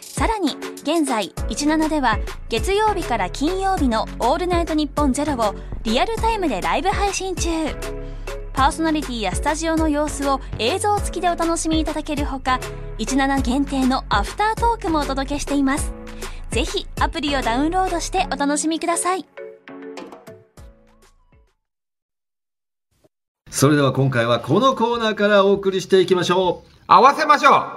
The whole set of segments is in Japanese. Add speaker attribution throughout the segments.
Speaker 1: さらに現在17では月曜日から金曜日の「オールナイトニッポンゼロをリアルタイムでライブ配信中パーソナリティやスタジオの様子を映像付きでお楽しみいただけるほか17限定のアフタートークもお届けしていますぜひアプリをダウンロードしてお楽しみください
Speaker 2: それでは今回はこのコーナーからお送りしていきましょう。
Speaker 3: 合わせましょ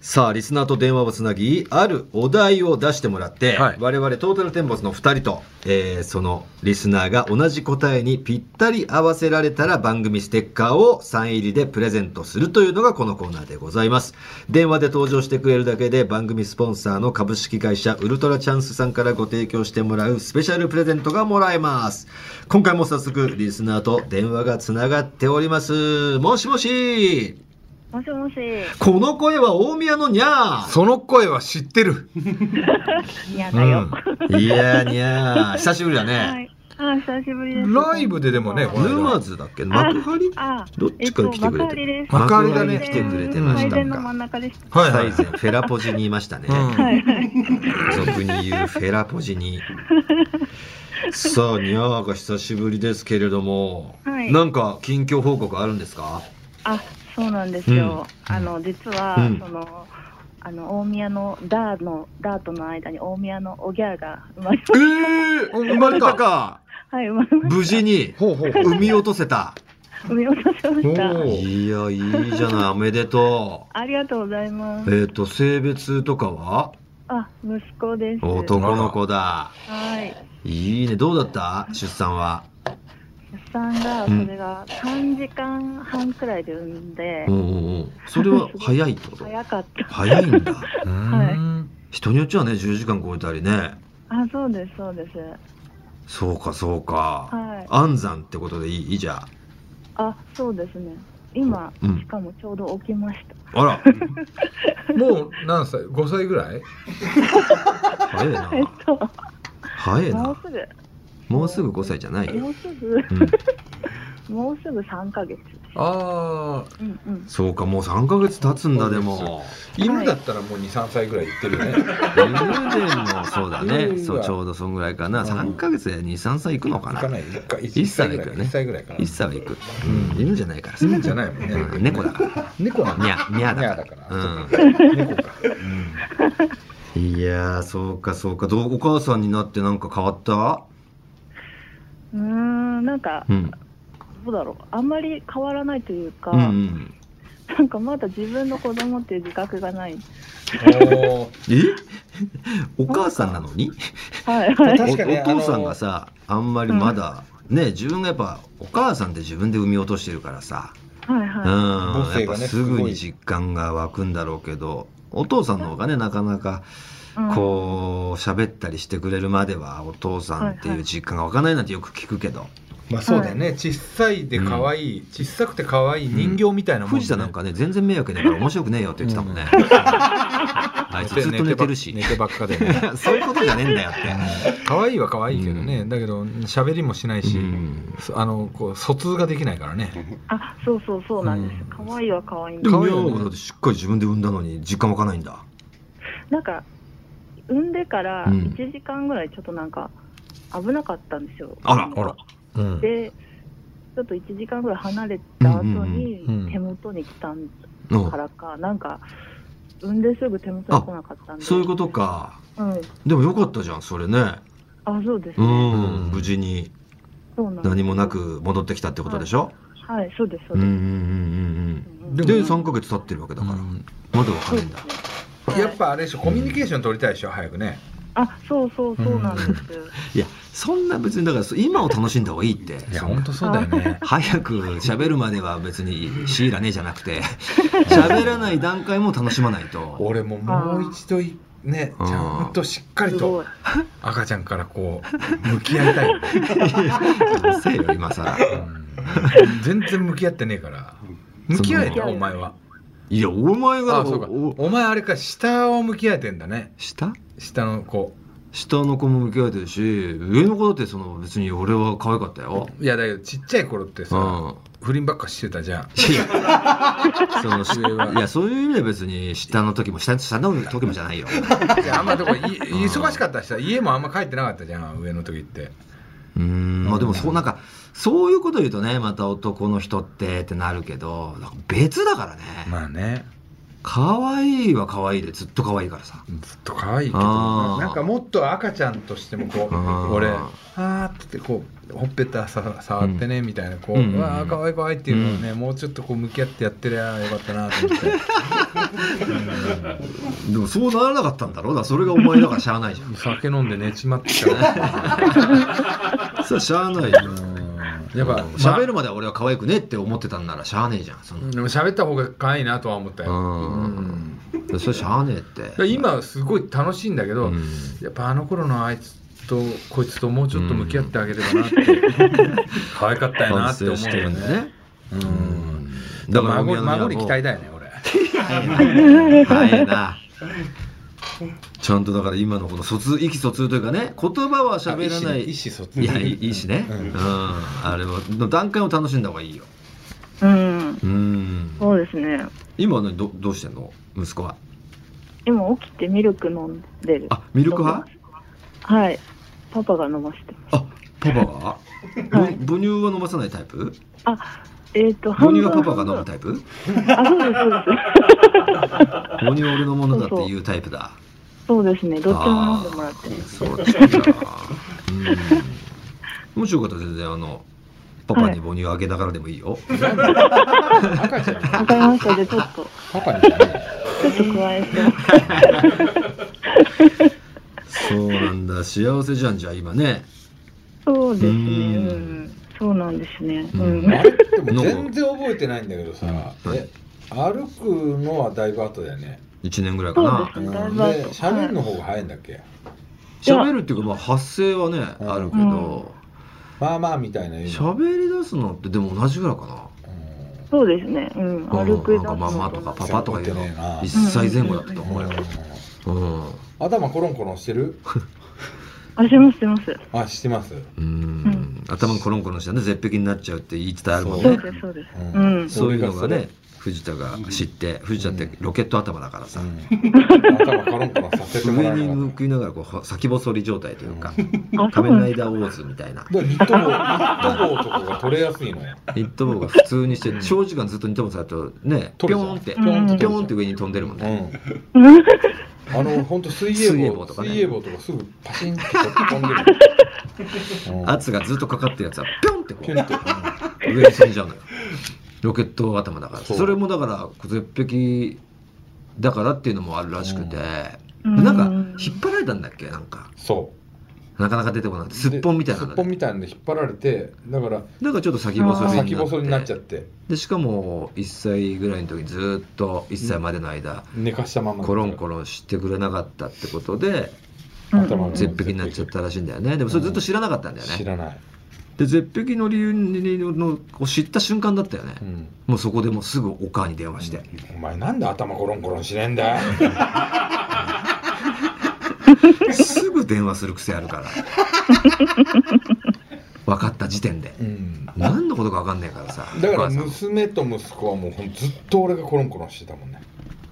Speaker 2: さあ、リスナーと電話をつなぎ、あるお題を出してもらって、
Speaker 3: はい
Speaker 2: 我々トータルテンボスの2人と、えーそのリスナーが同じ答えにぴったり合わせられたら番組ステッカーをサイン入りでプレゼントするというのがこのコーナーでございます。電話で登場してくれるだけで番組スポンサーの株式会社ウルトラチャンスさんからご提供してもらうスペシャルプレゼントがもらえます。今回も早速、リスナーと電話がつながっております。もしもし
Speaker 4: もしもし。
Speaker 2: この声は大宮のにゃー
Speaker 3: う。その声は知ってる。
Speaker 4: 嫌だよ。
Speaker 2: いやーにゃー、久しぶりだ
Speaker 4: は
Speaker 2: ね。
Speaker 4: い。あ、久しぶりです。
Speaker 3: ライブででもね、
Speaker 4: はい
Speaker 3: この間
Speaker 2: 沼津だっけ幕張
Speaker 4: あ、
Speaker 2: どっちかに来てくれて
Speaker 4: えっと
Speaker 3: 幕張
Speaker 2: 幕
Speaker 3: だ
Speaker 2: 張
Speaker 3: ね
Speaker 2: に来てくれてまし
Speaker 4: 最
Speaker 2: た
Speaker 4: 前の真ん
Speaker 2: か。
Speaker 4: 中でした。
Speaker 3: はいは
Speaker 2: 最
Speaker 3: い
Speaker 2: 前、フェラポジにいましたね。
Speaker 3: うん
Speaker 4: はいはい。
Speaker 2: 俗に言うフェラポジ に。さあ、にゃーが久しぶりですけれども、
Speaker 4: はい
Speaker 2: なんか近況報告あるんですか
Speaker 4: あ、そうなんですよ。あの実は、
Speaker 2: うん
Speaker 4: そのあの大宮のダーのダーとの間に大宮のおギャーが生まれ
Speaker 2: えー、生まれたか。
Speaker 4: はい生まれま
Speaker 2: 無事に
Speaker 3: ほうほうほう
Speaker 2: 産み落とせた。
Speaker 4: 産み落としまし
Speaker 3: おー
Speaker 4: た。
Speaker 2: いや、いいじゃない、おめでとう。
Speaker 4: ありがとうござい
Speaker 2: え
Speaker 4: ま
Speaker 2: っ、
Speaker 4: す。
Speaker 2: と、性別とかは
Speaker 4: あ、息子です。
Speaker 2: 男の子だ。
Speaker 4: はい。
Speaker 2: いいね。どうだった出産は。
Speaker 4: 出産が
Speaker 2: うん
Speaker 4: それが3時間半くらいで産んで、
Speaker 2: うんうんうん。それは早いってこと
Speaker 4: 早かった。
Speaker 2: 早いんだ。
Speaker 3: うーん
Speaker 2: 人によっちゃね、10時間超えたりね。
Speaker 4: あ、そうですそうです。
Speaker 2: そうか、そうか。
Speaker 4: はい
Speaker 2: 安産ってことでいいいいじゃん。
Speaker 4: あ、そうですね。今、
Speaker 2: うん
Speaker 4: しかもちょうど起きました。
Speaker 2: あら、
Speaker 3: もう何歳 ?5 歳ぐらい
Speaker 2: 早い
Speaker 4: えっ
Speaker 2: な。
Speaker 4: と、
Speaker 2: 早い
Speaker 4: もう
Speaker 2: な。
Speaker 4: すぐ、
Speaker 2: もうすぐ5歳じゃないよ。
Speaker 4: もうすぐ、
Speaker 2: うん、
Speaker 4: もうすぐ3ヶ月。
Speaker 3: ああ、
Speaker 4: うんうん。
Speaker 2: そうか、もう3ヶ月経つんだ、で
Speaker 3: そう
Speaker 2: も。
Speaker 3: 犬だったらもう2、3歳ぐらい行ってる
Speaker 2: ル
Speaker 3: ね。
Speaker 2: ーデンもそうだ
Speaker 3: ルー
Speaker 2: ね。
Speaker 3: デン
Speaker 2: そ
Speaker 3: は
Speaker 2: う、ちょうどそんぐらいかな。
Speaker 3: うん
Speaker 2: 3ヶ月で2、3歳いくのか
Speaker 3: 行
Speaker 2: な。
Speaker 3: かない、1回、
Speaker 2: 一歳行
Speaker 3: ぐら
Speaker 2: く
Speaker 3: い
Speaker 2: よ
Speaker 3: か。
Speaker 2: ね
Speaker 3: 1歳ぐらいかな
Speaker 2: 1。歳は行く。
Speaker 3: うん
Speaker 2: 犬じゃないからさ。
Speaker 3: 犬じゃないもんね
Speaker 2: う。ん猫だから。
Speaker 3: 猫なんだ
Speaker 2: にゃ、にゃ
Speaker 3: ニャ
Speaker 2: だ
Speaker 3: ーだ
Speaker 2: か。
Speaker 3: からら
Speaker 2: うん。
Speaker 3: 猫か。
Speaker 2: いやーそうかそうかどうお母さんになってなんか変わった
Speaker 4: うーん、なんか、
Speaker 2: うん
Speaker 4: どうだろう。あんまり変わらないというか、
Speaker 2: うんうん
Speaker 4: なんかまだ自分の子供っていう自覚 がない。
Speaker 3: おー
Speaker 2: え お母さんなのに
Speaker 4: はい
Speaker 2: お
Speaker 4: はい。
Speaker 3: 確かに
Speaker 2: お
Speaker 3: あの
Speaker 2: 父さんがさあんまりまだ、ね自分がやっぱお母さんって自分で産み落としてるからさ、
Speaker 4: はいは
Speaker 2: うん
Speaker 3: 母
Speaker 2: や
Speaker 3: 性
Speaker 2: っぱ
Speaker 3: がね
Speaker 2: すぐに実感が湧くんだろうけどお父さんの方がねなかなか
Speaker 4: い。うん
Speaker 2: こう喋ったりしてくれるまではお父さんっていう実感が湧かないなんてよく聞くけど、
Speaker 3: まあそうだよね。小さいで可愛い、小さくて可愛い人形みたいなもんね
Speaker 2: 藤田なんかね全然迷惑ね えから面白くねえよって言ってたもんね、あいつずっと寝てるし
Speaker 3: 寝てばっかでね。
Speaker 2: そういうことじゃねえんだよっ
Speaker 3: 可愛いは可愛いけどね、
Speaker 2: う
Speaker 3: だけど喋りもしない
Speaker 2: て。
Speaker 3: し、そあのこう疎通ができないからね
Speaker 4: あ、そうそうそうなんで
Speaker 3: う
Speaker 4: す
Speaker 3: ん。
Speaker 4: 可愛いは可愛いん
Speaker 2: で
Speaker 4: だ
Speaker 3: か
Speaker 2: も、
Speaker 3: わい
Speaker 2: ニ
Speaker 3: いよね
Speaker 2: ャーがだってしっかり自分で産んだのに実感湧かないんだ。
Speaker 4: なんか、産んでから
Speaker 2: うん
Speaker 4: 1時間ぐらいちょっとなんか、危なかったんですよ。
Speaker 2: あら
Speaker 3: あら、うん、
Speaker 4: で、ちょっと1時間ぐらい離れた後に
Speaker 3: うんうんうんうん
Speaker 4: 手元に来たん
Speaker 2: うん
Speaker 4: からか、なんか、産んですぐ手元に来なかったんで、
Speaker 2: そういうことか。
Speaker 4: うん、あ
Speaker 2: でもよかったじゃん、それね。
Speaker 4: そうです
Speaker 2: う
Speaker 4: ね、
Speaker 2: ん
Speaker 3: う。ん
Speaker 2: 無事に
Speaker 4: そうなんです
Speaker 2: 何もな、く戻ってきたってことでしょ
Speaker 4: はい、そうです、そう
Speaker 2: うん
Speaker 4: で
Speaker 2: う
Speaker 4: す
Speaker 2: んうんうん
Speaker 4: うん
Speaker 2: うん。
Speaker 4: うん、
Speaker 2: で、3ヶ月経ってるわけだ
Speaker 3: だ
Speaker 2: か。
Speaker 3: からら、
Speaker 2: まだわか
Speaker 4: そ
Speaker 2: ん
Speaker 4: う
Speaker 2: ない
Speaker 4: です
Speaker 2: ん
Speaker 4: ね
Speaker 2: だ。、
Speaker 4: はい
Speaker 3: やっ、ぱあれでしょコミュニケーション取りたいでしょ早くね
Speaker 4: あそうそうそうなんです、
Speaker 2: いや、そんな別に、だから今を楽しんだ方がいいって。そんな
Speaker 3: そうだよ ね
Speaker 2: 早く喋るまでは別に強いらねえじゃなくて、喋らない段階も楽しまないと。
Speaker 3: 俺ももう一度行っね
Speaker 2: うん
Speaker 3: ちゃんとしっか
Speaker 4: す
Speaker 3: りと
Speaker 4: ごい。
Speaker 3: 赤ちゃんからこう向き合いたい、
Speaker 5: うるせえよ今さら
Speaker 3: うん全然向き合ってねえから向き合え
Speaker 2: そ
Speaker 3: た
Speaker 4: の
Speaker 3: お前はい
Speaker 5: やお前が
Speaker 3: あそうか
Speaker 2: お
Speaker 3: お前あれか下を向き合えてんだね
Speaker 2: 下
Speaker 3: 下の子
Speaker 2: 下の子も向き合えてるし上の子だってその別に俺は可愛かったよ。
Speaker 3: いやだけどちっちゃい頃って
Speaker 2: う
Speaker 3: さ
Speaker 2: ん
Speaker 3: 不倫ばっかしてたじゃん
Speaker 2: いやそのし
Speaker 3: 上はい
Speaker 2: やそういう意味では別に下の時も下下の時もじゃないよ。
Speaker 3: いやあんまで もい忙しかったしさ家もあんま帰ってなかったじゃん上の時って
Speaker 2: うんまあでもそうなんかそういうこと言うとねまた男の人ってってなるけどなんか別だからね、
Speaker 3: まあね
Speaker 2: 可愛いは可愛いでずっと可愛いからさ。
Speaker 3: ずっと可愛いけど
Speaker 2: あー
Speaker 3: なんかもっと赤ちゃんとしてもこう
Speaker 2: うん
Speaker 3: 俺あーってってこうほっぺたさ触ってねみたいなこう、
Speaker 2: う
Speaker 3: うん
Speaker 2: うんうん
Speaker 3: わー可愛い可愛いっていうのをね、もうちょっとこう向き合ってやってりゃよかったなと思って
Speaker 2: でもそうならなかったんだろうなそれがお前だからしゃあないじゃ
Speaker 3: 酒飲んで寝ちまってたから
Speaker 2: ん。それはしゃあないよ。
Speaker 3: やっぱ
Speaker 2: うん喋
Speaker 3: る
Speaker 2: るまでは俺は可愛くねって思ってたんならしゃあねえじゃんそんな
Speaker 3: でも喋った方が可愛いなとは思ったよ、
Speaker 2: うん
Speaker 3: うん
Speaker 2: それしゃあねえって
Speaker 3: で今すごい楽しいんだけど、
Speaker 2: うん
Speaker 3: やっぱあの頃のあいつとこいつともうちょっと向き合ってあげればなって、可愛かったよな
Speaker 2: 反
Speaker 3: って
Speaker 2: 省
Speaker 3: 思う
Speaker 2: してる
Speaker 3: よ
Speaker 2: んだ
Speaker 3: ね
Speaker 2: ね
Speaker 3: うん
Speaker 2: だから
Speaker 3: 孫孫に期待
Speaker 2: だ
Speaker 3: だよね俺
Speaker 2: 早いなちゃんとだから今のこの疎通意気疎通というかね言葉は喋らない
Speaker 3: 意
Speaker 2: い
Speaker 3: 思疎通
Speaker 2: やいいいいしねう
Speaker 3: うんん
Speaker 2: あれはの段階を楽しんだ方がいいよ
Speaker 4: うん。
Speaker 2: うん
Speaker 4: そうですね。
Speaker 2: 今ねどどうしてんの息子は
Speaker 4: 今起きてミルク飲んでる。
Speaker 2: あミルク派
Speaker 4: はい。パパが飲ましてます。
Speaker 2: あパパは
Speaker 4: はい
Speaker 2: ぶ母乳は飲まさないタイプ
Speaker 4: えっ、と、
Speaker 2: 母乳
Speaker 4: 分
Speaker 2: はパパが飲むタイプ
Speaker 4: あ、そうです、そうです。
Speaker 2: 母乳は俺のものだっていうタイプだ
Speaker 4: そうですね。どっちも飲んでもらってます。
Speaker 2: そうですか。うん。もしよかったら全然あのパパに母乳あげながらでもいいよ。
Speaker 3: 赤ちゃん
Speaker 4: わかりました。じゃあちょっと、
Speaker 3: パパにだね
Speaker 4: ちょっと加えてます。
Speaker 2: そうなんだ。幸せじゃんじゃあ今ね。
Speaker 4: そうですね。
Speaker 2: うん
Speaker 4: うん。そうなんですね。う
Speaker 2: うん
Speaker 4: ん。
Speaker 3: あれで
Speaker 2: の
Speaker 3: も全然覚えてないんだけどさ、
Speaker 2: うん
Speaker 3: え歩くのはだいぶ後だよね、
Speaker 2: 一年ぐらいか
Speaker 4: そう
Speaker 2: な
Speaker 4: で
Speaker 3: う
Speaker 4: す
Speaker 3: ん、で
Speaker 4: ね。だいぶ後
Speaker 3: 喋るの方が早いんだっけ、
Speaker 4: そうです
Speaker 2: 喋るっていうかまあ発声はね
Speaker 3: うん
Speaker 2: あるけど
Speaker 3: まあまあみたいな言うの、
Speaker 2: 喋り出すのってでも同じぐらいかな。
Speaker 3: うん
Speaker 4: そうですね。うん。歩く
Speaker 2: うん
Speaker 4: だ
Speaker 2: なんかママとかパパとかいうの
Speaker 3: 覚えてねえな
Speaker 2: 一歳前後だったと思うよ。
Speaker 3: う
Speaker 2: うん。
Speaker 3: ん頭コロンコロンしてる
Speaker 4: あ、してます、してます。
Speaker 3: あしてます、う
Speaker 2: うん。頭コロンコロンしてね絶壁になっちゃうって言い伝えあるもん
Speaker 4: そう
Speaker 2: ね。
Speaker 4: です、そうです。
Speaker 3: ん
Speaker 4: うん。
Speaker 2: そういうのがね藤田が知って藤田ってロケット頭だからさ。
Speaker 3: うん頭コロンコロンさせてもら
Speaker 2: 上
Speaker 3: え
Speaker 2: に
Speaker 3: な
Speaker 2: 向
Speaker 3: かっ
Speaker 2: きながらこう先細り状態というか
Speaker 4: あ、そ う
Speaker 2: 仮面ライ
Speaker 4: なん
Speaker 2: ダ
Speaker 4: です
Speaker 2: ー
Speaker 4: か。
Speaker 2: ウォーズみたいな
Speaker 3: ただからニット帽ニット帽とかが取れやすいのよ
Speaker 2: ニット帽が普通にして長時間ずっとニット帽されるとねピ
Speaker 3: 取
Speaker 2: ョ
Speaker 3: れち
Speaker 2: ー
Speaker 3: ゃう
Speaker 2: ンって
Speaker 4: ピョーンって
Speaker 2: ピョーンって上に飛んでるもんね
Speaker 3: うん、あの本当水
Speaker 2: 水泳
Speaker 3: 泳
Speaker 2: 帽
Speaker 3: 帽
Speaker 2: とか
Speaker 3: とか、
Speaker 2: ね
Speaker 3: 水泳帽とかすぐパシンって飛んでる、 うん、
Speaker 2: 圧がずっとかかってるやつはピョンってこ
Speaker 3: ピュン
Speaker 2: う
Speaker 3: って、うん
Speaker 2: 上に飛んじゃうのよロケット頭だから
Speaker 3: そう
Speaker 2: それもだから絶壁だからっていうのもあるらしくて
Speaker 4: うん
Speaker 2: なんか引っ張られたんだっけなんか
Speaker 3: そ
Speaker 2: なかなか出てこなくてす
Speaker 3: う
Speaker 2: っぽんみたいな
Speaker 3: すっ
Speaker 2: の
Speaker 3: ぽん
Speaker 2: で
Speaker 3: みたいなんで引っ張られてだから
Speaker 2: なんかちょっと先細りになって
Speaker 3: 先細りになっちゃって
Speaker 2: でしかも1歳ぐらいの時にずっと1歳までの間、
Speaker 3: 寝かしたまま
Speaker 2: コロンコロンしてくれなかったってことで
Speaker 4: うんうん
Speaker 2: 絶壁になっちゃったらしいんだよねでもそれずっと知らなかったんだよ
Speaker 3: 知
Speaker 2: ね
Speaker 3: らない、
Speaker 2: で絶壁の理由のを知った瞬間だったよね
Speaker 3: うん、
Speaker 2: もうそこでもうすぐお母に電話して
Speaker 3: お前なんで頭コロンコロンしねえんだよ
Speaker 2: すぐ電話する癖あるから分かった時点で
Speaker 3: うん
Speaker 2: 何のことか分かんないからさ
Speaker 3: だか
Speaker 2: お母
Speaker 3: ら
Speaker 2: さんも
Speaker 3: 娘と息子はもうほんずっと俺がコロンコロンしてたもんね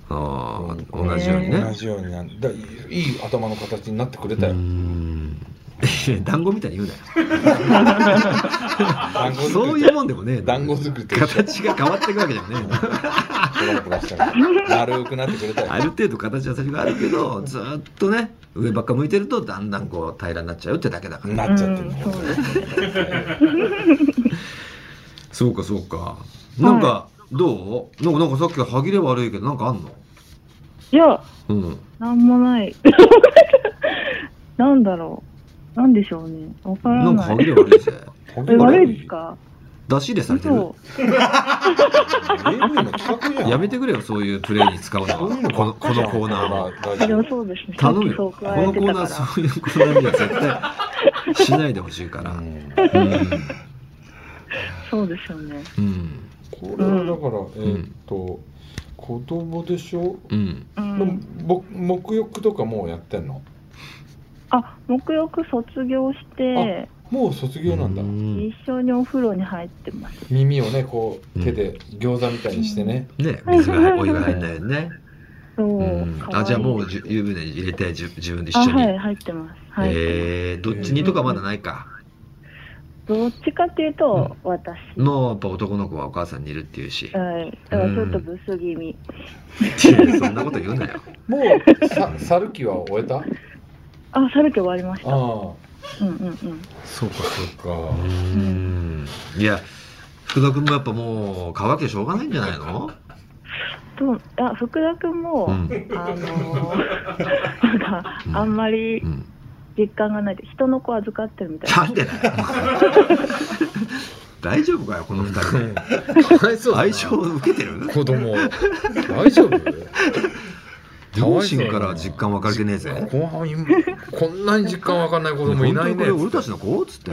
Speaker 2: あー
Speaker 3: うん
Speaker 2: 同じようにね
Speaker 3: 同じようになんだいいいい頭の形になってくれ
Speaker 2: う
Speaker 3: たよ、
Speaker 2: んいや団子みたいに言うなよ
Speaker 3: 団子
Speaker 2: そう
Speaker 3: 作り
Speaker 2: いうもんでもねえの
Speaker 3: 団子作りと一緒
Speaker 2: 形が変わっていくわけじゃねえの
Speaker 3: コロンコロンしたから丸くなってくれたよ
Speaker 2: ある程度形は最初があるけどずーっとね上ばっか向いてるとだんだんこう平らになっちゃうってだけだから、
Speaker 3: なっちゃってるの、
Speaker 4: うんそうで
Speaker 2: そうかそうかなんか、どうなんかなんかさっき歯切れ悪いけどなんかあんの
Speaker 4: いや、
Speaker 2: うん
Speaker 4: なんもない。 なんだろう。なんでしょうね。わから
Speaker 2: なんか歯
Speaker 4: ない
Speaker 2: 切。れ悪いぜ
Speaker 4: え、悪い
Speaker 3: で
Speaker 4: ですか。
Speaker 2: 出し入れされてる
Speaker 4: 嘘
Speaker 3: AV の企画じゃん
Speaker 2: やめてくれよそういうプレイに使うの
Speaker 3: そういう
Speaker 2: は
Speaker 3: の
Speaker 2: このこのコーナーは
Speaker 3: は大
Speaker 4: あで
Speaker 3: 丈
Speaker 4: も
Speaker 3: 夫
Speaker 4: そうですね。
Speaker 2: 頼む
Speaker 4: さっきそ
Speaker 2: よ
Speaker 4: う
Speaker 2: この
Speaker 4: 加えて
Speaker 2: コーナー
Speaker 4: たから。
Speaker 2: そういうコーナーには絶対しないでほしいから、うん
Speaker 4: そうですよね。
Speaker 2: うん
Speaker 3: これはだから、えーっと子供でしょ、
Speaker 2: うん
Speaker 4: うん。
Speaker 3: ぼ沐浴とかもうやってんの
Speaker 4: あ、沐浴卒業して、
Speaker 3: もう卒業なんだ、
Speaker 2: ね
Speaker 4: 一緒にお風呂に入ってます。
Speaker 3: 耳をねこう
Speaker 2: うん
Speaker 3: 手で餃子みたいにしてね、
Speaker 2: 水が入お湯が入んないよね、
Speaker 4: そう。
Speaker 2: うん
Speaker 4: 可、愛
Speaker 2: あ
Speaker 4: い
Speaker 2: じゃあもうじゅ湯船に入れて自自分で一
Speaker 4: あ、
Speaker 2: 緒に、
Speaker 4: はい、入ってます。はい。
Speaker 2: えー、どっちにとかまだないか、
Speaker 4: どっちかっていうと、私。
Speaker 2: もうやっぱ男の子はお母さんにいるっていうし、
Speaker 4: はい。だからちょっとブス気味。
Speaker 2: い やそんなこと言うな よ
Speaker 3: もうさ猿期は終えたあ
Speaker 4: あ、されて終わりまし
Speaker 3: あ
Speaker 4: た。うんうんうん。
Speaker 3: そうかそう
Speaker 2: う
Speaker 3: か
Speaker 2: んいや福田君もやっぱもう乾けしょうがないんじゃないの、
Speaker 4: と、あ、福田君も、
Speaker 2: うん
Speaker 4: あのー なんか、あんまり
Speaker 2: うん、
Speaker 4: 実感がないで、人の子預かってるみたいな。
Speaker 2: なんでだよ 大丈夫かよこの二人、
Speaker 6: かわいそうだな
Speaker 2: 相性受けてる
Speaker 6: 子供大丈夫
Speaker 2: 両親から実感分かれてねえぜ
Speaker 6: 後半今こんなに実感わかんない子供いないね
Speaker 2: 本当にこれ俺たちの子っつって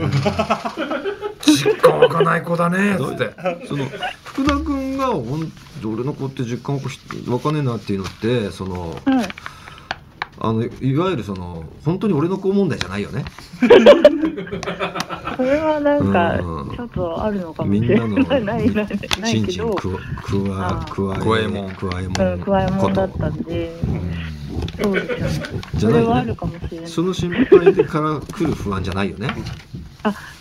Speaker 6: 実感わかんない子だねつって
Speaker 2: その福田君がほん俺の子って実感分かねえなっていうのってその
Speaker 4: はい。
Speaker 2: あのいわゆるその本当に俺の子問題じゃないよね
Speaker 4: それはなんか
Speaker 2: うん、
Speaker 4: ちょっとあるのかもしれ
Speaker 2: みんなの
Speaker 4: ない。 ない、ない、な
Speaker 2: ち
Speaker 4: い
Speaker 2: ん
Speaker 4: け
Speaker 2: ちん
Speaker 4: ど、
Speaker 2: くわくわ
Speaker 4: あー
Speaker 2: くわ
Speaker 6: くわえもん
Speaker 2: くわえも
Speaker 4: うん、
Speaker 2: ん
Speaker 4: 加え
Speaker 2: こ
Speaker 4: 物
Speaker 2: と
Speaker 4: だったんで、そうですよね。
Speaker 2: じゃ
Speaker 4: それは
Speaker 2: な
Speaker 4: あ
Speaker 2: い
Speaker 4: る
Speaker 2: よ
Speaker 4: かもしれな
Speaker 2: ね
Speaker 4: い。
Speaker 2: その心配でから来る不安じゃないよね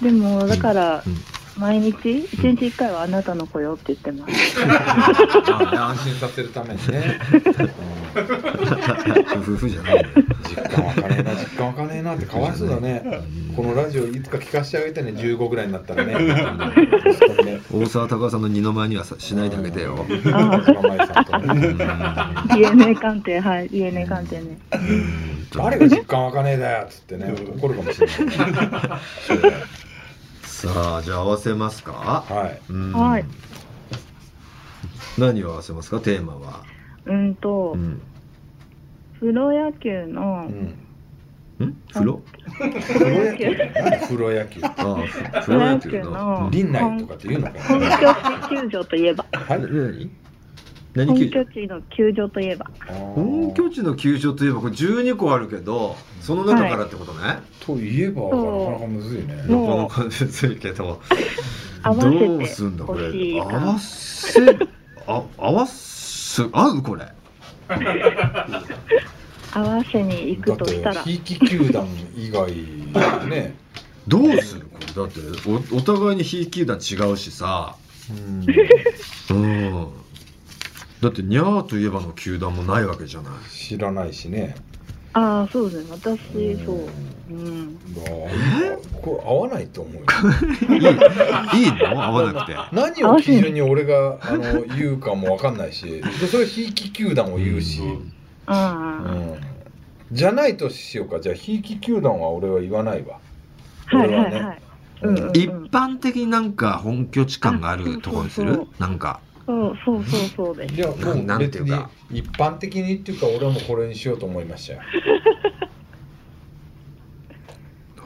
Speaker 4: でも、だから
Speaker 2: うん、
Speaker 4: 毎日、一日一回はあなたの子よって言ってます。
Speaker 3: 安心させるためにね、うん
Speaker 2: 夫婦じゃないのよ
Speaker 3: 実感わかねえな実感わかねえなってかわいそうだねこのラジオいつか聞かせてあげてね15ぐらいになったらね本当にね
Speaker 2: 大沢たかおさんの二の前にはさしないであげてよ。
Speaker 4: あ
Speaker 3: ママさんとね
Speaker 2: うん
Speaker 4: DNA 鑑定、はい、DNA 鑑定ね。
Speaker 3: 誰が実感わかねえだよっつってね怒るかもしれない
Speaker 2: さあじゃあ合わせますか。
Speaker 3: はい
Speaker 2: うん
Speaker 4: はい。
Speaker 2: 何を合わせますかテーマは。
Speaker 4: うんと
Speaker 2: う、ん。
Speaker 4: プロ野球の
Speaker 3: う、ん
Speaker 2: ん？風呂？
Speaker 3: プロ野球何プロ野球
Speaker 2: ああふ
Speaker 4: プ
Speaker 2: 風
Speaker 4: ロ
Speaker 2: 呂野
Speaker 4: 野
Speaker 2: 球
Speaker 4: 球
Speaker 2: の。
Speaker 4: の
Speaker 2: り
Speaker 3: 林内とかって言うのか
Speaker 4: 本
Speaker 3: な
Speaker 4: 拠地球場といえば、
Speaker 3: はい
Speaker 2: 何？何
Speaker 4: 本
Speaker 2: 球場
Speaker 4: 拠？地の球場といえば、
Speaker 2: 本拠
Speaker 3: 地
Speaker 2: 地の球場といえばこれ十二個あるけどその中からってことね。
Speaker 3: といえばなかなかむずいね
Speaker 2: なか
Speaker 4: も
Speaker 2: な
Speaker 4: う
Speaker 2: かむずいけど。
Speaker 4: 合わ
Speaker 2: どう
Speaker 4: せ
Speaker 2: すんだ
Speaker 4: て
Speaker 2: こ
Speaker 4: ほ
Speaker 2: れ
Speaker 4: しい
Speaker 2: 合
Speaker 4: か
Speaker 2: わ
Speaker 4: な。
Speaker 2: せあ合わす合うこれ
Speaker 4: 合わせに行
Speaker 3: だ
Speaker 4: く
Speaker 3: っ
Speaker 4: としたら
Speaker 3: て、ひいき球団以外ね
Speaker 2: どうするこれだっておお互いにひいき団違うしさ
Speaker 3: うん
Speaker 2: うんだってニャーといえばの球団もないわけじゃない
Speaker 3: 知らないしね
Speaker 4: ああ、そうですね、私、
Speaker 3: うん
Speaker 4: そう。うん、
Speaker 3: うわこれ合わないと思うよ
Speaker 2: いいいいの合わなくて
Speaker 3: 何を基準に俺があの言うかもわかんないしでそれひいき球団を言うし、う
Speaker 4: あ
Speaker 3: ん、じゃないとしようかじゃあひいき球団は俺は言わないわ
Speaker 4: あ、はい
Speaker 3: 俺は
Speaker 4: は
Speaker 3: ね
Speaker 4: いはい。うんうんうん
Speaker 2: 一般的になんか本拠地感があるところにす
Speaker 4: あ
Speaker 2: る
Speaker 4: そう
Speaker 2: なんか
Speaker 4: そうそうそうそうです。
Speaker 3: いやも
Speaker 2: な
Speaker 3: うん
Speaker 2: てい
Speaker 3: 別
Speaker 2: う
Speaker 3: に
Speaker 2: か
Speaker 3: 一般的にっていうか俺はもうこれにしようと思いましたよ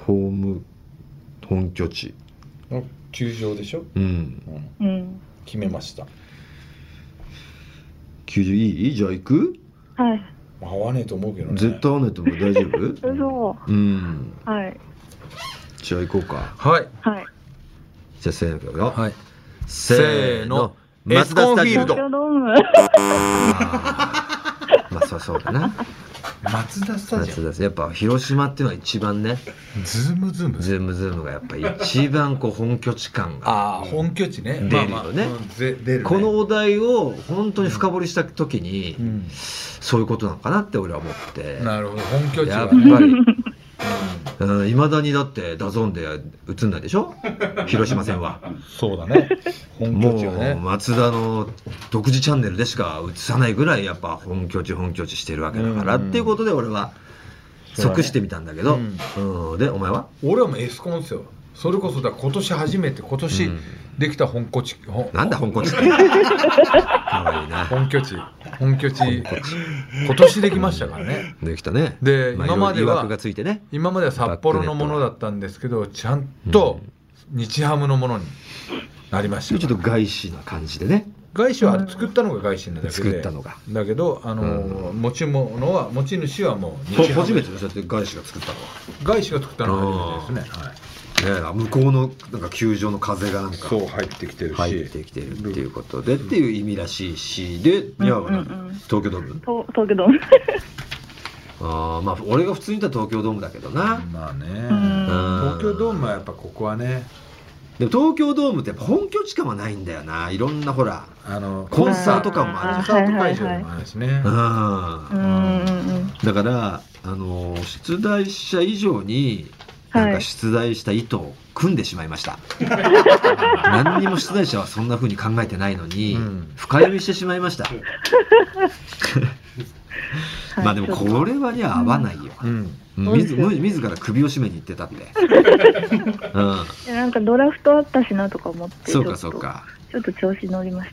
Speaker 2: ホーム本拠地
Speaker 3: うん球場でしょ、
Speaker 2: うん
Speaker 3: うん、
Speaker 4: うん、
Speaker 3: 決めました
Speaker 2: 球場いいじゃあ行く
Speaker 4: はい、
Speaker 3: 合わねえと思うけどね
Speaker 2: 絶対合わないと思う大丈 夫
Speaker 4: 嘘、
Speaker 2: うん
Speaker 4: はい、
Speaker 2: じゃあ行こうか
Speaker 6: はい
Speaker 4: はい。
Speaker 2: じゃあせーのよ、
Speaker 6: はい
Speaker 2: せ
Speaker 6: せー
Speaker 2: ーの
Speaker 6: の
Speaker 2: マツダスタ
Speaker 6: エ
Speaker 2: ジ
Speaker 6: スコンフィール
Speaker 2: アム
Speaker 6: ド
Speaker 4: 東京ドーム、
Speaker 2: あーまあそうそうだな
Speaker 3: 松田スタジア
Speaker 2: 夏
Speaker 3: ム
Speaker 2: だしやっぱ広島っていうのは一番ね
Speaker 6: ズームズーム
Speaker 2: ズームズームがやっぱ一番こう本拠地感が
Speaker 3: ああ本拠地ね
Speaker 2: 出る
Speaker 3: まあ
Speaker 2: よね
Speaker 3: まあうんぜ出るね
Speaker 2: このお題を本当に深掘りした時に、
Speaker 3: うん
Speaker 2: そういうことなのかなって俺は思って
Speaker 6: なるほど本拠地
Speaker 2: やっ
Speaker 6: は
Speaker 2: ぱ
Speaker 6: ね
Speaker 2: りいま、未だにだってダゾーンで映んないでし ょ広島戦は
Speaker 3: そうだね本拠
Speaker 2: も
Speaker 3: 地は
Speaker 2: う
Speaker 3: ね
Speaker 2: 松田の独自チャンネルでしか映さないぐらいやっぱ本拠地本拠地してるわけだから、
Speaker 3: うん
Speaker 2: っていうことで俺は
Speaker 3: そうだね
Speaker 2: 即してみたんだけど、うんでお前は
Speaker 3: 俺はもうエスコンですよそれこそだ今年初めて今年できた本拠地、ほん
Speaker 7: なんだ、香 港地区。かわいいな。
Speaker 3: 本拠地本拠地今年できましたからね
Speaker 7: できたね。
Speaker 3: で
Speaker 7: あ
Speaker 3: 今まで
Speaker 7: いろいろ
Speaker 3: は
Speaker 7: 疑惑がついてね。
Speaker 3: 今までは札幌のものだったんですけどちゃんと日ハムのものになりま
Speaker 7: ち
Speaker 3: し
Speaker 7: ょったと外資な感じでね。
Speaker 3: 外資は作ったのが外資なだけで
Speaker 7: 作ったのが
Speaker 3: だけどあの、持ち物は持ち主はもう
Speaker 2: ほ
Speaker 3: 日ハム
Speaker 2: 初めてそうやって外資が作ったのは
Speaker 3: 外資が作ったのが初めてですね、はい、
Speaker 2: ねえ向こうのなんか球場の風がなんか
Speaker 3: そう入ってきてるし
Speaker 2: 入ってきてるっていうことでっていう意味らしいしでいや、
Speaker 4: うんうんうん
Speaker 2: 東京ドーム
Speaker 4: と東京ドーム
Speaker 2: あーまあ俺が普通に言ったら東京ドームだけどな、
Speaker 3: まあね
Speaker 4: ん
Speaker 3: 東京ドームはやっぱここはね
Speaker 2: でも東京ドームってやっぱ本拠地感はないんだよないろんなほら
Speaker 3: あのコ
Speaker 2: コンサート感もあ
Speaker 3: ン
Speaker 2: るじ
Speaker 3: サート会場でもあるしね、
Speaker 2: ゃん、
Speaker 4: うんうんうん
Speaker 2: うん、だからあのー出題者以上に
Speaker 4: はい
Speaker 2: なんか出題した意図を組んでしまいま した、何にも出題者はそんな風に考えてないのに、
Speaker 3: うん
Speaker 2: 深読みしてしまいました、
Speaker 4: はい
Speaker 2: まあでもこれはには合わないよ、
Speaker 3: うん
Speaker 2: うん自む自ら首を絞めに行ってたって、うん、
Speaker 4: いやなんかドラフトあったしなとか思って
Speaker 2: そうか
Speaker 4: ちょ
Speaker 2: そ
Speaker 4: っと
Speaker 2: うか
Speaker 4: ちょっと調子乗りまし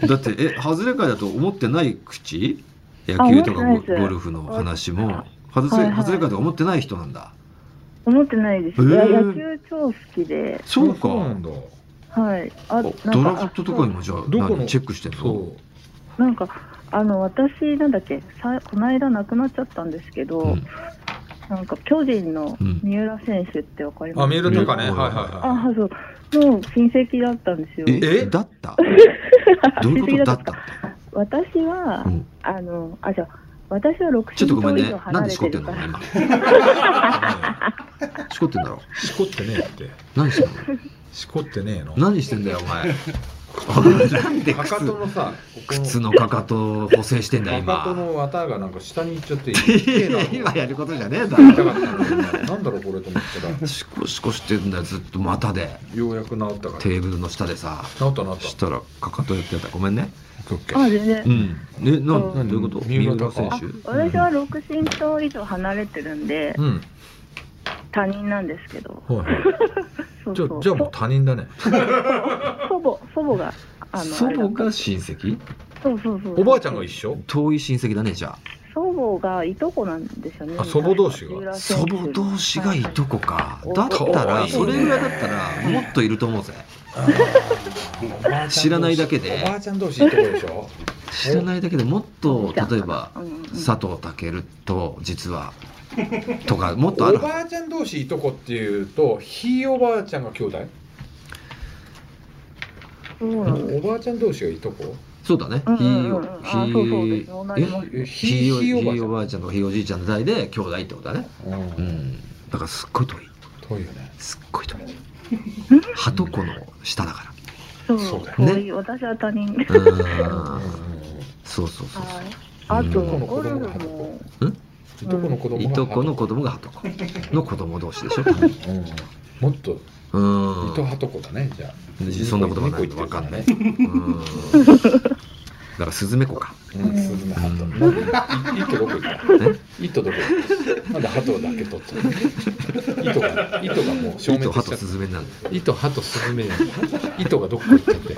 Speaker 4: た
Speaker 2: だってえ外れ会だと思ってない口野
Speaker 4: あ
Speaker 2: 球とか
Speaker 4: 思
Speaker 2: ゴ
Speaker 4: ってないです
Speaker 2: ゴルフの話も外
Speaker 4: はい
Speaker 2: れ
Speaker 4: はい
Speaker 2: 外れ会とか思ってない人なんだ
Speaker 4: 思ってないです、
Speaker 2: えー
Speaker 4: いや野球超好きで
Speaker 2: そうか
Speaker 3: そうなんだ
Speaker 4: はいあなんか
Speaker 2: ドラフトとかに
Speaker 4: あ
Speaker 2: もじゃあ
Speaker 3: どこの
Speaker 2: 何チェックしてんの
Speaker 3: そう
Speaker 4: そうなんかあの私なんだっけさこの間亡くなっちゃったんですけど、
Speaker 2: うん
Speaker 4: なんか巨人の
Speaker 2: うん
Speaker 4: 三浦選手ってわかります
Speaker 3: あ見るとかね
Speaker 2: う
Speaker 3: は
Speaker 2: ん
Speaker 3: いはいは
Speaker 4: あそうもう親戚だったんですよ
Speaker 2: え
Speaker 3: え
Speaker 2: だったどういうことだった
Speaker 4: 私は、
Speaker 2: うん
Speaker 4: あのあじゃあ私は6
Speaker 2: ちょっとごめん
Speaker 4: 以
Speaker 2: ね
Speaker 4: 上
Speaker 2: なん
Speaker 4: 離
Speaker 2: で
Speaker 4: れ
Speaker 2: しこ
Speaker 4: て
Speaker 2: って
Speaker 4: る
Speaker 2: ん
Speaker 4: か
Speaker 2: の
Speaker 4: ら
Speaker 2: 今
Speaker 3: い
Speaker 2: しこってんだろ
Speaker 3: しこってねえって
Speaker 2: 何してんの
Speaker 3: しこってねえの
Speaker 2: 何してんだよお前 なんで
Speaker 3: か
Speaker 2: 靴
Speaker 3: かとのさここの
Speaker 2: 靴のかかとを補正してんだよ
Speaker 3: かかと
Speaker 2: 今
Speaker 3: の綿がなんか下に行っちゃって
Speaker 2: いや今やることじゃねえだ
Speaker 3: 痛
Speaker 2: ろ
Speaker 3: かったのになんだろうこれと思ったら
Speaker 2: シコシコしてんだよずっと股で
Speaker 3: ようやく治ったから
Speaker 2: テーブルの下でさ
Speaker 3: 治った治っ
Speaker 2: したらかかとやってたごめんね
Speaker 3: たオッケー
Speaker 4: あ全然
Speaker 2: うんえな
Speaker 4: うん
Speaker 2: どういうこと
Speaker 3: 三
Speaker 2: 三
Speaker 3: 浦
Speaker 2: 浦選手
Speaker 4: 私は6身長以上離れてるんで、
Speaker 3: うん
Speaker 4: 他人なんですけど、
Speaker 3: はいはい
Speaker 4: そう
Speaker 3: じゃ
Speaker 4: そ
Speaker 3: あ
Speaker 4: う
Speaker 3: じゃあもう他人だね
Speaker 4: 祖母祖母があの
Speaker 2: 祖
Speaker 4: あれだ
Speaker 2: 母
Speaker 4: った
Speaker 2: が親戚
Speaker 4: そうそうそう
Speaker 3: おばあちゃんが一緒
Speaker 2: 遠い親戚だねじゃ
Speaker 4: 祖母がいとこなんですよね
Speaker 3: あ祖母同士が
Speaker 2: あ祖母同士がいとこかだった
Speaker 3: はい
Speaker 2: ら
Speaker 3: はい
Speaker 2: それぐらいだったらもっといると思うぜ知らないだけで
Speaker 3: おばあちゃん同士ってことでしょ
Speaker 2: 知らないだけでもっと例えば
Speaker 4: うんうん
Speaker 2: 佐藤健と実はとかもっとあ
Speaker 3: お
Speaker 2: る
Speaker 3: ばあちゃん同士いとこっていうとひいおばあちゃんが兄弟
Speaker 4: そうなんです
Speaker 3: おばあちゃん同士がいとこ
Speaker 2: そうだね
Speaker 4: うん
Speaker 2: ひい
Speaker 4: うんうんあそうそうですそうなります
Speaker 2: え
Speaker 3: え
Speaker 2: ひ
Speaker 3: ひ
Speaker 2: い
Speaker 3: い
Speaker 2: お
Speaker 3: ひいおばあ
Speaker 2: ひい
Speaker 3: ちゃ
Speaker 2: お
Speaker 3: ん
Speaker 2: ばあちゃんとかひいおじいちゃんの代で兄弟ってことだね
Speaker 3: う
Speaker 2: うんんだからすっごい遠い
Speaker 3: 遠いよね
Speaker 2: すっごい遠い鳩子の下だか
Speaker 4: そう
Speaker 3: そうだよ
Speaker 4: そう
Speaker 2: ね
Speaker 4: いう私は他人
Speaker 2: らうーんそうそうそう
Speaker 4: はい
Speaker 2: うん
Speaker 4: あと
Speaker 2: いとこの
Speaker 4: ゴ
Speaker 3: 子
Speaker 4: ル
Speaker 3: 供が
Speaker 4: フも
Speaker 3: いとこの子供
Speaker 2: そう
Speaker 3: が
Speaker 2: いとこの子供が鳩子の子供同士でしょ多分
Speaker 3: うんもっと
Speaker 2: う
Speaker 3: いと
Speaker 2: ー
Speaker 3: はとこだねじゃ
Speaker 2: ん
Speaker 3: あ
Speaker 2: そんなことはない
Speaker 3: 二
Speaker 2: の
Speaker 3: 個
Speaker 2: わ
Speaker 3: 言
Speaker 2: か
Speaker 3: って
Speaker 2: ん
Speaker 3: るら
Speaker 2: ない
Speaker 3: ね
Speaker 2: うーんだからスズメ子か
Speaker 3: うん鈴の鳩
Speaker 2: うん
Speaker 3: なんでいいとどこ行った
Speaker 2: え
Speaker 3: いとどこ行ったなんで鳩だけ取ったの糸 が糸がもう消
Speaker 2: いと
Speaker 3: 滅
Speaker 2: ハ
Speaker 3: しち
Speaker 2: と
Speaker 3: ゃっ
Speaker 2: スズメになる
Speaker 3: た糸鳩スズメやん糸がどこ行ったって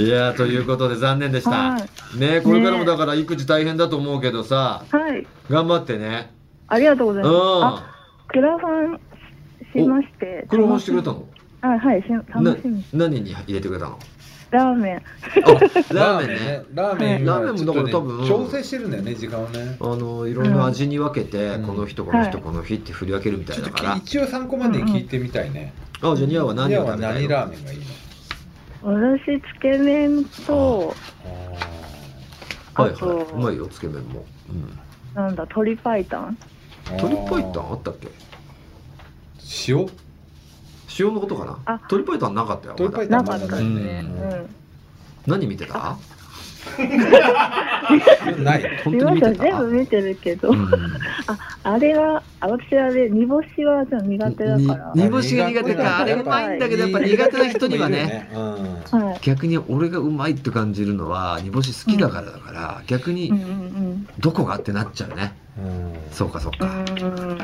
Speaker 2: いやーということで残念でした
Speaker 4: は
Speaker 2: ねこれからもだから育児大変だと思うけどさ
Speaker 4: はい
Speaker 2: 頑張ってね
Speaker 4: ありがとうござ
Speaker 2: う
Speaker 4: い
Speaker 2: ん
Speaker 4: ますあクラファンししまして
Speaker 2: これ回してくれたの
Speaker 4: あはいし
Speaker 2: な
Speaker 4: 楽しみ
Speaker 2: 何に入れてくれ たの
Speaker 4: ラーメン
Speaker 2: ラーメンね
Speaker 3: ラーメンね
Speaker 2: ラ
Speaker 3: ラ
Speaker 2: ーメ
Speaker 3: ーメ
Speaker 2: ンも
Speaker 3: ン
Speaker 2: だか
Speaker 3: もだからら
Speaker 2: 多
Speaker 3: 多
Speaker 2: 分
Speaker 3: 分調整してるんだよね時間をね
Speaker 2: あのいろいろ味に分けて、
Speaker 3: うん
Speaker 2: この人この人
Speaker 4: はい
Speaker 2: この日って振り分けるみたい
Speaker 3: ちょっ
Speaker 2: だ
Speaker 3: と
Speaker 2: から、
Speaker 3: 一応参考までに聞いてみたいね
Speaker 2: あじゃあニアは何
Speaker 3: ニャ
Speaker 2: を
Speaker 3: は
Speaker 2: 食べた
Speaker 3: 何
Speaker 2: い
Speaker 3: ラ
Speaker 2: の
Speaker 3: ーメンがいいの
Speaker 4: 私つけ麺と
Speaker 2: はい
Speaker 4: あと
Speaker 2: はいうまいよつけ麺も、うん、
Speaker 4: なんだ鶏白湯
Speaker 3: 鳥
Speaker 2: 鶏白湯あったっけ
Speaker 3: 塩
Speaker 2: 塩のことかな
Speaker 4: あ
Speaker 2: 鶏白湯はなかったよ、ま
Speaker 3: 鳥
Speaker 2: だ
Speaker 3: 白湯
Speaker 4: な
Speaker 3: ま
Speaker 4: かっ
Speaker 3: だ
Speaker 4: た
Speaker 3: な
Speaker 4: で
Speaker 3: い
Speaker 4: す
Speaker 3: ね
Speaker 2: う
Speaker 4: ね、
Speaker 2: ん
Speaker 4: うん
Speaker 2: 何見てた
Speaker 3: ない
Speaker 2: 本
Speaker 4: 見
Speaker 2: 当に
Speaker 4: ま
Speaker 2: 見
Speaker 4: した
Speaker 2: てた
Speaker 4: 全部見てるけど、
Speaker 2: う
Speaker 4: あれはあ私あれ煮干しはちょっと苦手だ
Speaker 2: ん
Speaker 4: から、
Speaker 2: 煮干しが苦手かあ
Speaker 4: あ
Speaker 2: れ
Speaker 4: 苦手
Speaker 2: うまいんだけどやっぱ苦手な人にはね
Speaker 3: うん
Speaker 4: はい、
Speaker 2: 逆に俺がうまいって感じるのは煮干し好きだからだから、逆
Speaker 4: うん
Speaker 2: に
Speaker 4: うん
Speaker 2: どこがってなっちゃうね、
Speaker 3: うん
Speaker 2: そうかそう
Speaker 4: う
Speaker 2: か、
Speaker 4: んうーん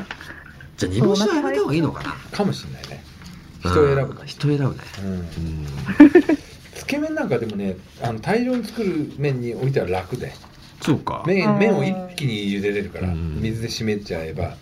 Speaker 8: じゃあ煮干しはやめた方がいいのかな
Speaker 3: かもしれないね人を選ぶか
Speaker 8: うん人選ぶね
Speaker 3: うん
Speaker 2: うん
Speaker 3: つけ麺なんかでもねあの大量に作る麺に置いたら楽で
Speaker 8: そうか
Speaker 4: あー
Speaker 3: 麺麺を一気に茹でれるから
Speaker 2: うん
Speaker 3: 水で締めちゃえば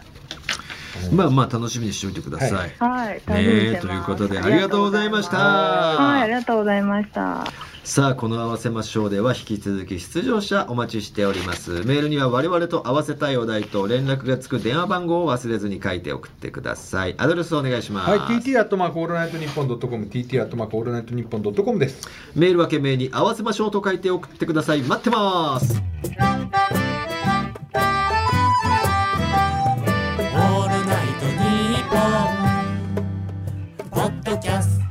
Speaker 8: まあまあ楽しみにしておいてください、
Speaker 3: は
Speaker 4: はい、楽しみにし
Speaker 8: ねえ
Speaker 4: て
Speaker 8: という
Speaker 4: ます
Speaker 8: ことでありがとうございました
Speaker 4: はい、ありがとうございました。
Speaker 8: さあこの「合わせましょう」では引き続き出場者お待ちしておりますメールには我々と合わせたいお題と連絡がつく電話番号を忘れずに書いて送ってくださいアドレスお願いします、
Speaker 3: はい、TT アットマークオールナイトニッポンドットコム TT アットマークオールナイトニッポンドットコムです
Speaker 8: メールは懸命に「合わせましょう」と書いて送ってください待ってます
Speaker 9: オールナイトニッポン」ポッドキャスト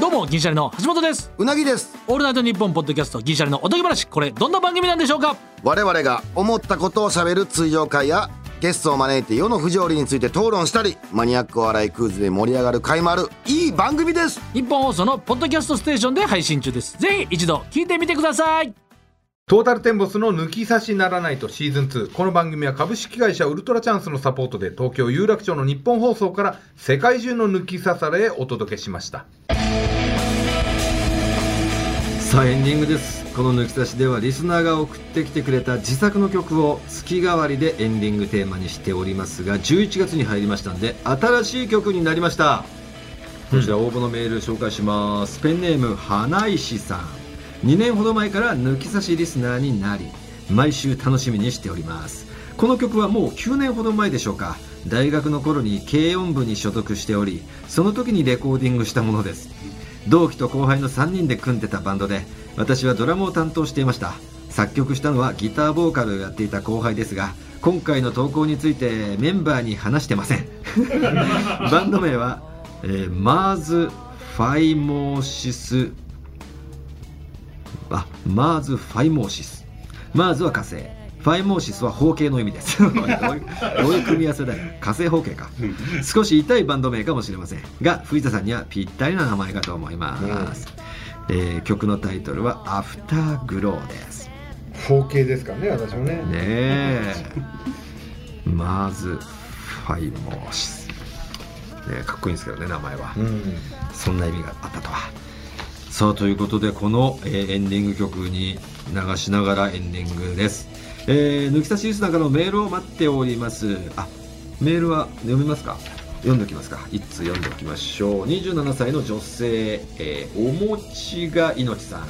Speaker 9: どうも銀シャリの橋本です
Speaker 10: うなぎです
Speaker 9: オールナイトニッポンポッドキャスト銀シャリのおとぎ話これどんな番組なんでしょうか
Speaker 10: 我々が思ったことをしゃべる通常会やゲストを招いて世の不条理について討論したりマニアックお笑いクイズで盛り上がる会もあるいい番組です
Speaker 9: 日本放送のポッドキャストステーションで配信中ですぜひ一度聞いてみてください
Speaker 3: トータルテンボスの抜き差しならないとシーズン2この番組は株式会社ウルトラチャンスのサポートで東京有楽町の日本放送から世界中の抜き差されへお届けしました
Speaker 2: さあエンディングですこの抜き差しではリスナーが送ってきてくれた自作の曲を月替わりでエンディングテーマにしておりますが11月に入りましたんで新しい曲になりましたこちら応募のメール紹介しますペンネーム花石さん2年ほど前から抜き差しリスナーになり毎週楽しみにしておりますこの曲はもう9年ほど前でしょうか大学の頃に軽音部に所属しておりその時にレコーディングしたものです同期と後輩の3人で組んでたバンドで私はドラムを担当していました作曲したのはギターボーカルをやっていた後輩ですが今回の投稿についてメンバーに話してませんバンド名は、えーマーズ・ファイモーシスあマーズ・ファイモーシスマーズは火星ファイモーシスは方形の意味ですどういうどういう組み合わせだよ火星方形か少し痛いバンド名かもしれませんが藤田さんにはぴったりな名前かと思います、えー曲のタイトルは「アフターグロー」です
Speaker 3: 方形ですからね私もね
Speaker 2: ねえまずファイモーシス、ねえ、かっこいいんですけどね名前は
Speaker 3: うん
Speaker 2: そんな意味があったとはさあということでこの、えーエンディング曲に流しながらエンディングです、えー、抜き差しリスナーからのメールを待っておりますあメールは読みますか読んでおきますか一通読んでおきましょう27歳の女性、えーおもちが命さん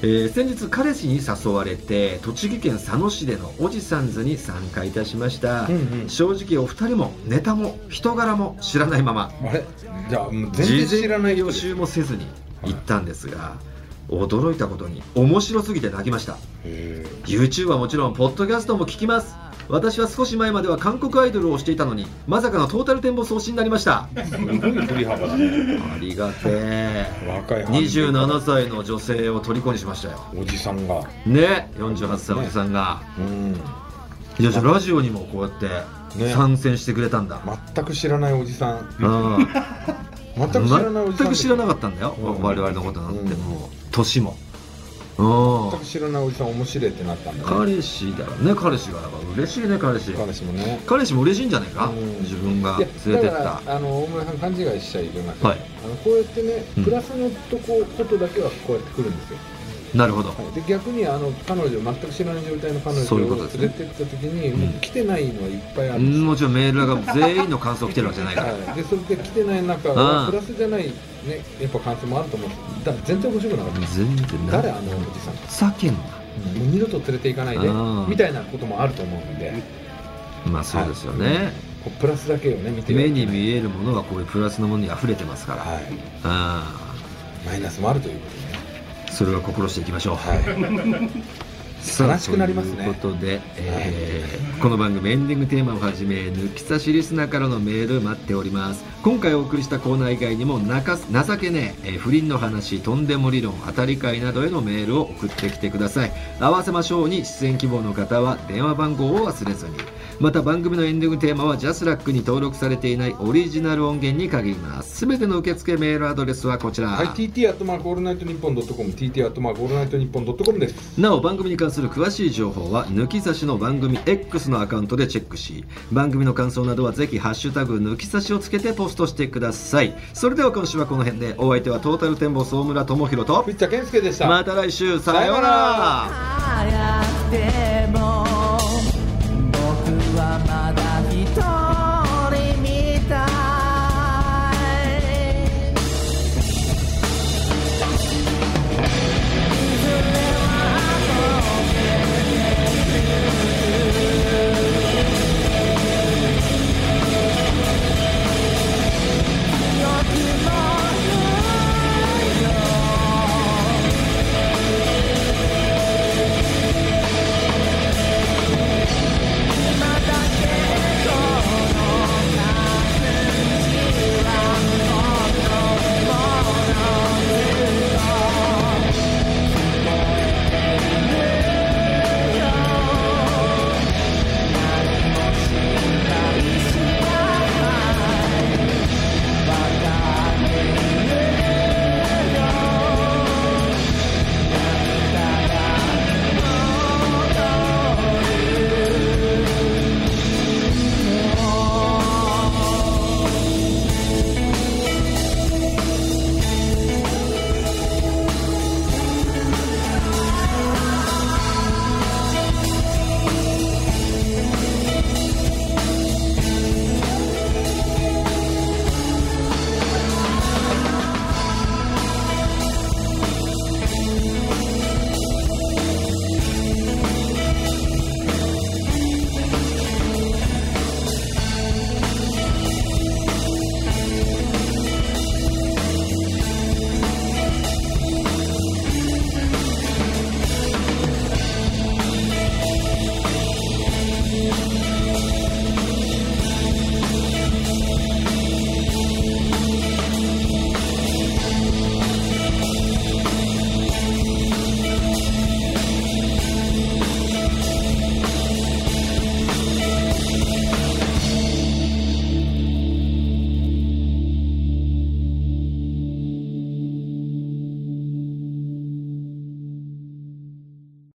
Speaker 2: えー先日彼氏に誘われて栃木県佐野市でのおじさんズに参加いたしました、
Speaker 3: うんうん
Speaker 2: 正直お二人もネタも人柄も知らないまま
Speaker 3: あれじゃあもう全然知らない
Speaker 2: 事前
Speaker 3: 人
Speaker 2: 予
Speaker 3: です
Speaker 2: 習もせずに行ったんですが、驚いたことに面白すぎて泣きました
Speaker 3: へ
Speaker 2: YouTube はもちろんポッドキャストも聞きます私は少し前までは韓国アイドルをしていたのにまさかのトータルテンボス推しになりました
Speaker 3: えすごい振り幅だね
Speaker 2: ありがてえ
Speaker 3: 若い
Speaker 2: 27歳の女性を虜にしましたよ
Speaker 3: おじさんが
Speaker 2: ね48歳おじさんが、
Speaker 3: うん
Speaker 2: いやじゃあラジオにもこうやって
Speaker 3: ね
Speaker 2: 参戦してくれたんだ、
Speaker 3: 全く知らないおじさん
Speaker 2: うん
Speaker 3: 全く知らないおじさん
Speaker 2: 全く知らな
Speaker 3: か
Speaker 2: かったんだよ、
Speaker 3: うん
Speaker 2: 我々のことなんて
Speaker 3: うん
Speaker 2: もう年もうん
Speaker 3: 全く知らないおじさん面白いってなったんだね
Speaker 2: 彼氏だよね彼氏がだから嬉しいね彼氏
Speaker 3: 彼氏もね
Speaker 2: 彼氏も嬉しいんじゃないか、
Speaker 3: うん
Speaker 2: 自分が
Speaker 3: い
Speaker 2: 連れてっ
Speaker 3: やだ
Speaker 2: た
Speaker 3: からあの大村さん勘違いしちゃいけません、
Speaker 2: はい
Speaker 3: あのこうやってね
Speaker 2: うん
Speaker 3: プラスのとこ,、ことだけはこうやってくるんですよ、
Speaker 2: なるほど
Speaker 3: はい、で逆にあの彼女全く知らない状態の彼
Speaker 2: そういう
Speaker 3: 女
Speaker 2: こ
Speaker 3: を
Speaker 2: と
Speaker 3: 連
Speaker 2: ですね
Speaker 3: れてった時に
Speaker 2: ん
Speaker 3: もう来てないのはいっぱいあ
Speaker 2: う
Speaker 3: るんです
Speaker 2: ん
Speaker 3: よ、
Speaker 2: もちろんメールが全員の感想来てるわけじゃないから
Speaker 3: はい、でそれで来てない中
Speaker 2: う
Speaker 3: は
Speaker 2: ん
Speaker 3: プラスじゃないねやっぱ感想もあると思うんですだ全然面白くなかったです
Speaker 2: 全然
Speaker 3: 誰
Speaker 2: な
Speaker 3: あのおじさん
Speaker 2: ふざけんな
Speaker 3: もう二度と連れて行かないで
Speaker 2: うん
Speaker 3: みたいなこともあると思うんで
Speaker 2: まあそうですよね、
Speaker 3: こうプラスだけをね見て
Speaker 2: 目に
Speaker 3: え
Speaker 2: 見えるものがこういうプラスのものに溢れてますから、
Speaker 3: はい
Speaker 2: あ
Speaker 3: マイナスもあるということでね
Speaker 2: あそれは心していきましょう、
Speaker 3: はい、
Speaker 2: さあ
Speaker 3: 悲しくなりますね
Speaker 2: ということで、えーこの番組エンディングテーマをはじめ抜き差しリスナーからのメール待っております今回お送りしたコーナー以外にもなか情けねええー不倫の話とんでも理論当たり会などへのメールを送ってきてください合わせましょうに出演希望の方は電話番号を忘れずにまた番組のエンディングテーマはジャスラックに登録されていないオリジナル音源に限ります全ての受付メールアドレスはこちら、
Speaker 3: はい、TT アットマークオールナイトニッポンドットコム TT アットマークオールナイトニッポンドットコムです
Speaker 2: なお番組に関関する詳しい情報は抜き差しの番組 X のアカウントでチェックし番組の感想などはぜひ「ハッシュタグ抜き差し」をつけてポストしてくださいそれでは今週はこの辺でお相手はトータルテンボス大村智広と
Speaker 3: 藤田健介でした
Speaker 2: また来週さようなら
Speaker 11: 流行っても